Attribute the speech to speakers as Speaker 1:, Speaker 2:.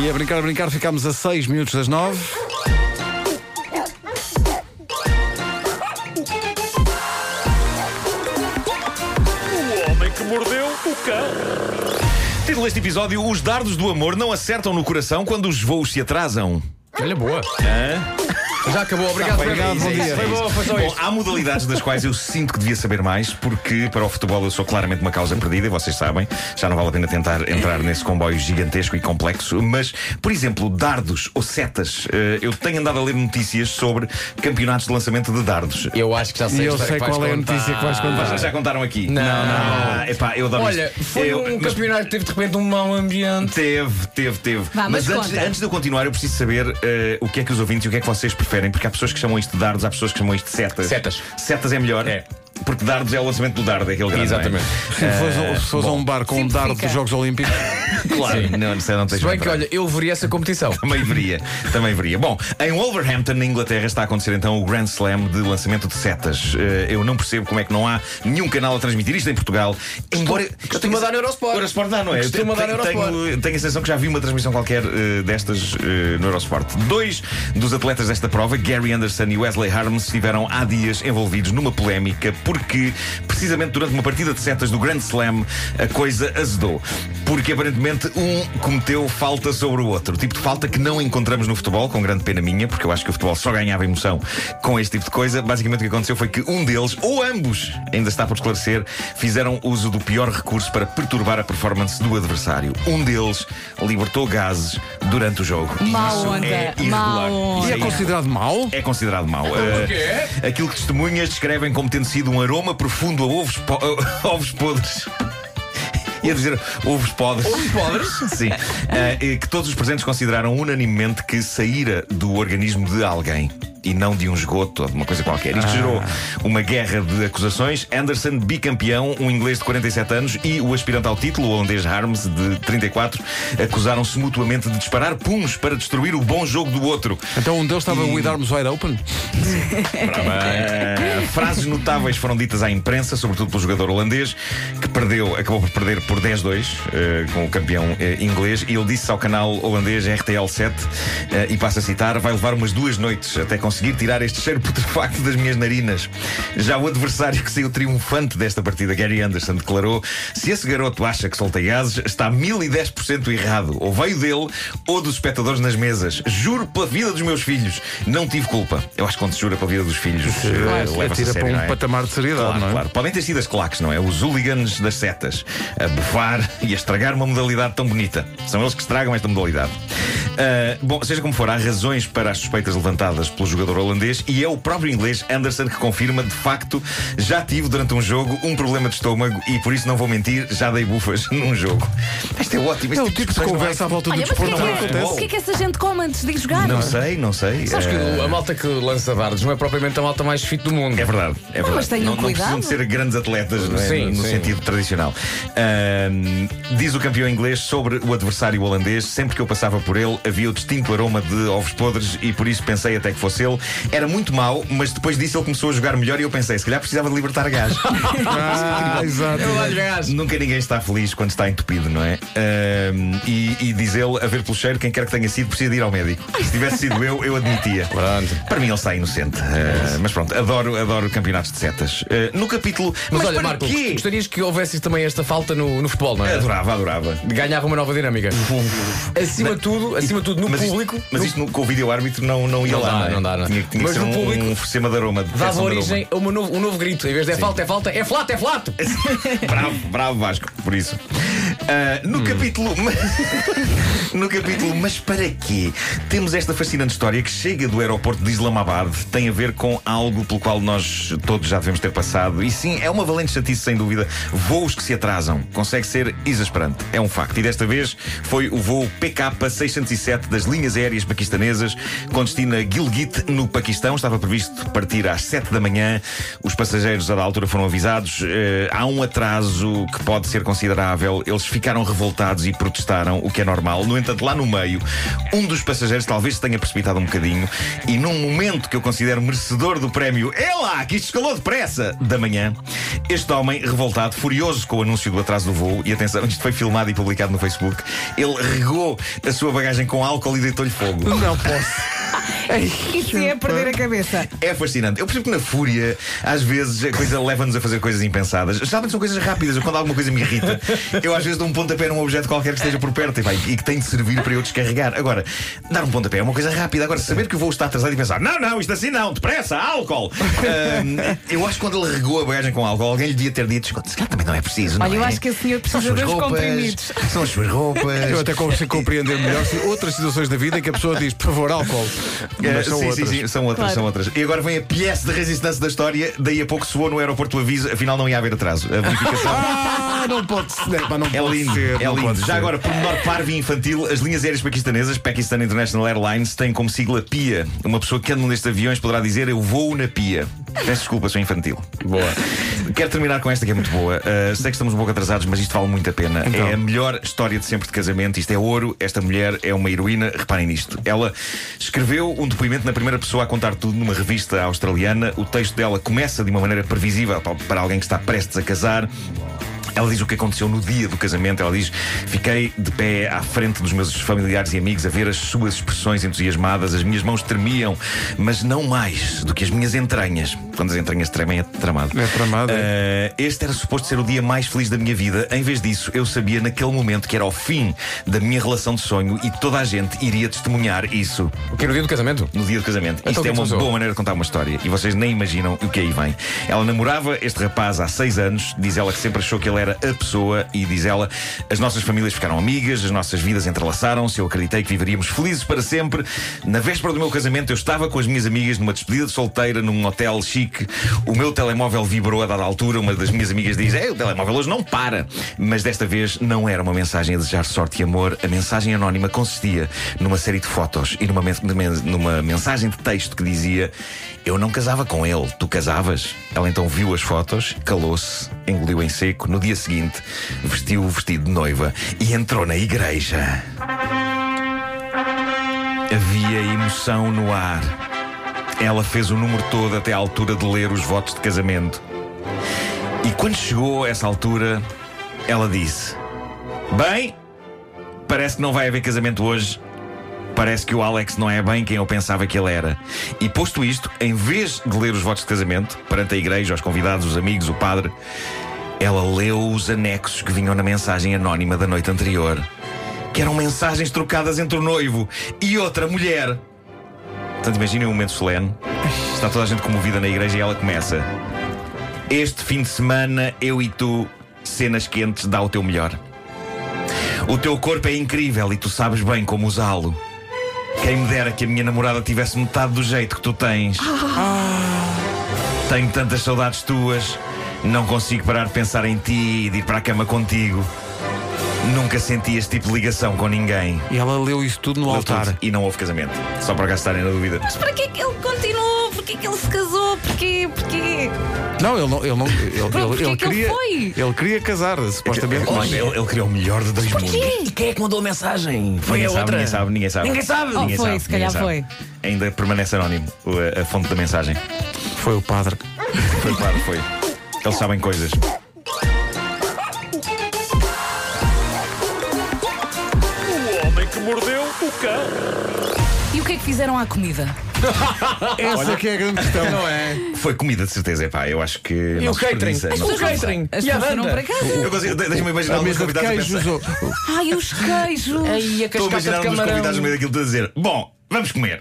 Speaker 1: E a brincar, a brincar, ficámos a 6 minutos das 9.
Speaker 2: O homem que mordeu o cão. Título deste episódio: Os dardos do amor não acertam no coração quando os voos se atrasam.
Speaker 3: Olha, boa.
Speaker 2: Hã?
Speaker 3: Já acabou, obrigado.
Speaker 2: Bem,
Speaker 1: Tá, obrigado,
Speaker 2: é isso,
Speaker 1: bom
Speaker 2: é isso,
Speaker 1: dia.
Speaker 2: é
Speaker 3: Foi
Speaker 2: isso.
Speaker 3: boa, foi só
Speaker 2: Bom,
Speaker 3: isto.
Speaker 2: há modalidades das quais eu sinto que devia saber mais, porque para o futebol eu sou claramente uma causa perdida, e vocês sabem, já não vale a pena tentar entrar nesse comboio gigantesco e complexo, mas, por exemplo, dardos ou setas. eh, Eu tenho andado a ler notícias sobre campeonatos de lançamento de dardos.
Speaker 3: Eu acho que já
Speaker 1: E
Speaker 3: sei, a
Speaker 1: eu
Speaker 3: história
Speaker 1: sei
Speaker 3: que vais
Speaker 1: qual é a
Speaker 3: contar.
Speaker 1: notícia que vais contar.
Speaker 2: Mas já contaram aqui?
Speaker 3: Não,
Speaker 2: Ah, epá, eu adoro
Speaker 3: Olha,
Speaker 2: isto.
Speaker 3: foi
Speaker 2: Eu-
Speaker 3: um
Speaker 2: mas-
Speaker 3: campeonato que teve de repente um mau ambiente.
Speaker 2: Teve, teve, teve.
Speaker 4: Vá, mas
Speaker 2: antes,
Speaker 4: conta.
Speaker 2: antes de eu continuar, eu preciso saber eh, o que é que os ouvintes e o que é que vocês preferem, porque há pessoas que chamam isto de dardos, há pessoas que chamam isto de setas.
Speaker 3: Setas.
Speaker 2: Setas é melhor.
Speaker 3: É.
Speaker 2: Porque dardos é o lançamento do dardo, é aquele grande.
Speaker 3: Exatamente.
Speaker 1: Se
Speaker 2: É,
Speaker 1: fores- se fores a um bar com um dardo
Speaker 4: Simplifica.
Speaker 1: dos Jogos Olímpicos,
Speaker 2: não é? Claro. Não, não, sei, não tens
Speaker 3: Se bem
Speaker 2: vontade.
Speaker 3: que, olha, eu veria essa competição.
Speaker 2: Também veria, também veria. Bom, em Wolverhampton, na Inglaterra, está a acontecer então o Grand Slam de lançamento de setas. Eh, eu não percebo como é que não há nenhum canal a transmitir isto em Portugal. Embora. eu
Speaker 3: costuma
Speaker 2: tenha-
Speaker 3: dar no Eurosport.
Speaker 2: Eurosport dá, não é?
Speaker 3: Costuma
Speaker 2: Eu te-
Speaker 3: dar no
Speaker 2: tenho-
Speaker 3: Eurosport.
Speaker 2: Tenho a sensação que já vi uma transmissão qualquer eh, destas eh, no Eurosport. Dois dos atletas desta prova, Gary Anderson e Wesley Harms, estiveram há dias envolvidos numa polémica porque, precisamente durante uma partida de setas do Grand Slam, a coisa azedou. Porque aparentemente um cometeu falta sobre o outro. Tipo de falta que não encontramos no futebol, com grande pena minha, porque eu acho que o futebol só ganhava emoção com este tipo de coisa. Basicamente o que aconteceu foi que um deles, ou ambos, ainda está por esclarecer, fizeram uso do pior recurso para perturbar a performance do adversário. Um deles libertou gases durante o jogo. E
Speaker 4: Má
Speaker 2: isso
Speaker 4: onda,
Speaker 2: é
Speaker 4: má
Speaker 2: irregular.
Speaker 1: e
Speaker 4: onda.
Speaker 2: Isso
Speaker 1: é considerado mau?
Speaker 2: é considerado mau. Uh, aquilo que testemunhas descrevem como tendo sido um aroma profundo a ovos, po- a ovos podres. Ia dizer ovos podres. Ovos podres? Sim. Uh, e que todos os presentes consideraram unanimemente que saíra do organismo de alguém. E não de um esgoto ou de uma coisa qualquer. Isto gerou uma guerra de acusações. Anderson, bicampeão, um inglês de 47 anos e o aspirante ao título, o holandês Harms, de 34, acusaram-se mutuamente de disparar puns para destruir o bom jogo do outro.
Speaker 1: Então um deles estava with arms wide open?
Speaker 2: Ah, frases notáveis foram ditas à imprensa, sobretudo pelo jogador holandês, que perdeu, acabou por perder por 10-2 eh, com o campeão eh, inglês. E ele disse ao canal holandês RTL7, eh, e passo a citar: vai levar umas duas noites até conseguir tirar este cheiro putrefacto das minhas narinas. Já o adversário que saiu triunfante desta partida, Gary Anderson, declarou: se esse garoto acha que soltei gases, está 1010% errado. Ou veio dele ou dos espectadores nas mesas. Juro pela vida dos meus filhos, não tive culpa. Eu acho que quando se jura pela vida dos filhos, eh,
Speaker 1: Claro,
Speaker 2: leva-se a
Speaker 1: atira para
Speaker 2: sério, não
Speaker 1: um
Speaker 2: é?
Speaker 1: patamar de seriedade,
Speaker 2: Claro,
Speaker 1: não é?
Speaker 2: claro. Podem ter sido as claques, não é? Os hooligans das setas a bufar e a estragar uma modalidade tão bonita. São eles que estragam esta modalidade. Ah, bom, seja como for, há razões para as suspeitas levantadas pelo jogador holandês e é o próprio inglês Anderson que confirma, de facto, já tive durante um jogo um problema de estômago e por isso não vou mentir, já dei bufas num jogo. Isto é ótimo. este
Speaker 1: É o tipo de
Speaker 2: discussões não
Speaker 1: conversa à volta do
Speaker 4: Olha, mas o que,
Speaker 1: desporto não
Speaker 4: é que, é-
Speaker 1: acontece.
Speaker 4: o que é que essa gente come antes de ir jogar?
Speaker 2: Não sei, não sei.
Speaker 3: Sabes que
Speaker 2: Ah,
Speaker 3: a malta que lança dardos não é propriamente a malta mais fit do mundo.
Speaker 2: É verdade, é verdade.
Speaker 4: mas tenham
Speaker 2: não, não precisam
Speaker 4: cuidado.
Speaker 2: de ser grandes atletas não é?
Speaker 3: Sim,
Speaker 2: no no
Speaker 3: sim.
Speaker 2: sentido tradicional. Ahm, diz o campeão inglês sobre o adversário holandês: sempre que eu passava por ele, havia o distinto aroma de ovos podres e por isso pensei até que fosse ele. Era muito mau, mas depois disso ele começou a jogar melhor e eu pensei: se calhar precisava de libertar gás.
Speaker 4: é
Speaker 1: Ah, exato.
Speaker 3: Eu acho que é gajo.
Speaker 2: Nunca ninguém está feliz quando está entupido, não é? Ahm, e, e diz ele, a ver pelo cheiro, quem quer que tenha sido, precisa de ir ao médico. Se tivesse sido eu, eu admitia. Para mim ele está inocente. Ah, mas pronto, adoro, adoro campeonatos de setas. Ah, no capítulo.
Speaker 3: Mas, olha,
Speaker 2: para
Speaker 3: Marco,
Speaker 2: quê?
Speaker 3: gostarias que houvesse também esta falta no, no futebol, não é?
Speaker 2: Adorava, adorava.
Speaker 3: Ganhava uma nova dinâmica. Acima de tudo, acima de tudo, no
Speaker 2: mas
Speaker 3: público.
Speaker 2: Isto, mas isto no- com o vídeo árbitro não, não ia
Speaker 3: Não
Speaker 2: lá.
Speaker 3: dá,
Speaker 2: é?
Speaker 3: não dá, não.
Speaker 2: Tinha, tinha
Speaker 3: Mas
Speaker 2: que ser
Speaker 3: no
Speaker 2: um,
Speaker 3: público
Speaker 2: um forcema de aroma. de
Speaker 3: Dava
Speaker 2: detecção de
Speaker 3: origem a uma novo- um novo grito. Em vez de é falta, é falta, é flato, é flato.
Speaker 2: aroma. bravo, bravo Vasco, por isso. Ah, no capítulo. No capítulo Mas para quê? Temos esta fascinante história que chega do aeroporto de Islamabad, tem a ver com algo pelo qual nós todos já devemos ter passado. E sim, é uma valente chatice, sem dúvida. Voos que se atrasam. Consegue ser exasperante. É um facto. E desta vez foi o voo PK607 das linhas aéreas paquistanesas com destino a Gilgit, no Paquistão. Estava previsto partir às 7 da manhã. Os passageiros, a da altura, foram avisados. Eh, há um atraso que pode ser considerável. Eles ficaram revoltados e protestaram, o que é normal. No entanto, Portanto, lá no meio, um dos passageiros talvez se tenha precipitado um bocadinho e num momento que eu considero merecedor do prémio, é lá que isto escalou depressa, da manhã, este homem, revoltado, furioso com o anúncio do atraso do voo, e atenção, isto foi filmado e publicado no Facebook, ele regou a sua bagagem com álcool e deitou-lhe fogo.
Speaker 1: Não posso.
Speaker 5: Isso é perder a cabeça.
Speaker 2: É fascinante. Eu percebo que na fúria, às vezes, a coisa leva-nos a fazer coisas impensadas. Geralmente são coisas rápidas. Eu, quando alguma coisa me irrita, eu às vezes dou um pontapé num objeto qualquer que esteja por perto e, vai, e que tem de servir para eu descarregar. Agora, dar um pontapé é uma coisa rápida. Agora, saber que o voo está atrasado e pensar, não, não, isto assim não, depressa, álcool. Ahm, eu acho que quando ele regou a bagagem com álcool, alguém lhe devia ter dito, "Escuta, se calhar também não é preciso.
Speaker 5: Olha,
Speaker 2: não
Speaker 5: eu
Speaker 2: é?
Speaker 5: acho que o senhor
Speaker 2: São as
Speaker 5: precisa
Speaker 2: suas
Speaker 5: de uns
Speaker 2: roupas,
Speaker 5: comprimidos.
Speaker 2: São as suas roupas.
Speaker 1: Eu até consigo compreender melhor se outras situações da vida em que a pessoa diz, por favor, álcool.
Speaker 2: Eh,
Speaker 1: Mas são
Speaker 2: sim,
Speaker 1: outras.
Speaker 2: sim, sim, são outras,
Speaker 5: Claro.
Speaker 2: são outras. E agora vem a pièce de resistência da história. Daí a pouco soou no aeroporto o aviso, afinal não ia haver atraso. A verificação.
Speaker 1: Ah, não pode ser. Não pode
Speaker 2: É lindo,
Speaker 1: ser,
Speaker 2: é
Speaker 1: não
Speaker 2: lindo.
Speaker 1: pode ser.
Speaker 2: Já agora, por menor parvo e infantil, as linhas aéreas paquistanesas, Pakistan International Airlines, têm como sigla PIA. Uma pessoa que anda nestes aviões poderá dizer eu vou na PIA. Peço desculpa, sou infantil.
Speaker 3: Boa.
Speaker 2: Quero terminar com esta que é muito boa. Uh, sei que estamos um pouco atrasados, mas isto vale muito a pena.
Speaker 1: Então.
Speaker 2: É a melhor história de sempre de casamento. Isto é ouro. Esta mulher é uma heroína. Reparem nisto. Ela escreveu um depoimento na primeira pessoa a contar tudo numa revista australiana. O texto dela começa de uma maneira previsível pa- para alguém que está prestes a casar. Ela diz o que aconteceu no dia do casamento. Ela diz: Fiquei de pé à frente dos meus familiares e amigos a ver as suas expressões entusiasmadas. As minhas mãos tremiam, mas não mais do que as minhas entranhas. Quando as entranhas tremem, é tramado.
Speaker 1: É tramado, é.
Speaker 2: Eh, este era suposto ser o dia mais feliz da minha vida. Em vez disso, eu sabia naquele momento que era o fim da minha relação de sonho e toda a gente iria testemunhar isso
Speaker 3: O que é no dia do casamento?
Speaker 2: no dia do casamento.
Speaker 3: Então, o
Speaker 2: Isto
Speaker 3: que
Speaker 2: é
Speaker 3: é que
Speaker 2: uma
Speaker 3: passou?
Speaker 2: boa maneira de contar uma história e vocês nem imaginam o que aí vem. Ela namorava este rapaz há seis anos, diz ela que sempre achou que ele era a pessoa e diz ela: as nossas famílias ficaram amigas, as nossas vidas entrelaçaram-se, eu acreditei que viveríamos felizes para sempre. Na véspera do meu casamento, eu estava com as minhas amigas numa despedida de solteira num hotel chique. O meu telemóvel vibrou a dada altura. Uma das minhas amigas diz: é, o telemóvel hoje não para. Mas desta vez não era uma mensagem a desejar sorte e amor. A mensagem anónima consistia numa série de fotos e numa, men- de men- numa mensagem de texto que dizia: Eu não casava com ele, tu casavas. Ela então viu as fotos, calou-se, engoliu em seco. No dia seguinte, vestiu o vestido de noiva e entrou na igreja. Havia emoção no ar. Ela fez o número todo até à altura de ler os votos de casamento. E quando chegou a essa altura, ela disse: Bem, parece que não vai haver casamento hoje. Parece que o Alex não é bem quem eu pensava que ele era. E posto isto, em vez de ler os votos de casamento, perante a igreja, os convidados, os amigos, o padre, ela leu os anexos que vinham na mensagem anónima da noite anterior, que eram mensagens trocadas entre o noivo e outra mulher. Portanto, imaginem um momento solene. Está toda a gente comovida na igreja e ela começa. Este fim de semana, eu e tu, cenas quentes, dá o teu melhor. O teu corpo é incrível e tu sabes bem como usá-lo. Quem me dera que a minha namorada tivesse metade do jeito que tu tens. Tenho tantas saudades tuas, não consigo parar de pensar em ti e de ir para a cama contigo. Nunca senti este tipo de ligação com ninguém.
Speaker 1: E ela leu isso tudo no
Speaker 2: Leu
Speaker 1: altar.
Speaker 2: tudo E não houve casamento. Só para gastarem na dúvida.
Speaker 4: Mas para que é que ele continuou? Porquê que ele se casou? Porquê? Porquê?
Speaker 1: Não, ele não. Ele, não, ele,
Speaker 4: Pronto,
Speaker 1: ele,
Speaker 4: porque é que ele
Speaker 1: queria,
Speaker 4: foi?
Speaker 1: ele queria casar, supostamente.
Speaker 2: Mas ele, ele criou o melhor de dois mundos.
Speaker 6: E quem é que mandou a mensagem? Foi
Speaker 2: ninguém
Speaker 6: a
Speaker 2: sabe,
Speaker 6: outra.
Speaker 2: Ninguém sabe, ninguém sabe.
Speaker 6: Ninguém sabe?
Speaker 5: Oh,
Speaker 2: Ninguém
Speaker 5: foi,
Speaker 2: sabe,
Speaker 5: se calhar
Speaker 2: ninguém sabe. Ainda permanece anónimo o- a, a fonte da mensagem.
Speaker 1: Foi o padre.
Speaker 2: Foi claro, foi. Eles sabem coisas.
Speaker 4: E o que é que fizeram à comida?
Speaker 1: Essa que é a grande questão. Não é?
Speaker 2: Foi comida, de certeza, é pá. Eu acho que.
Speaker 3: E o catering?
Speaker 2: Não
Speaker 3: O
Speaker 2: se desperdiça.
Speaker 3: catering?
Speaker 4: As
Speaker 3: E a
Speaker 4: pessoas foram para
Speaker 3: banda?
Speaker 4: casa.
Speaker 2: Eu consigo, de- deixa-me imaginar
Speaker 1: A
Speaker 2: alguns
Speaker 1: mesa de
Speaker 2: convidados a
Speaker 1: queijos.
Speaker 2: pensar.
Speaker 1: ou-
Speaker 4: Ai, os queijos!
Speaker 3: E a
Speaker 2: Estou a
Speaker 3: cascata
Speaker 2: imaginar
Speaker 3: de
Speaker 2: alguns
Speaker 3: camarão?
Speaker 2: convidados no meio daquilo tudo a dizer: Bom, vamos comer.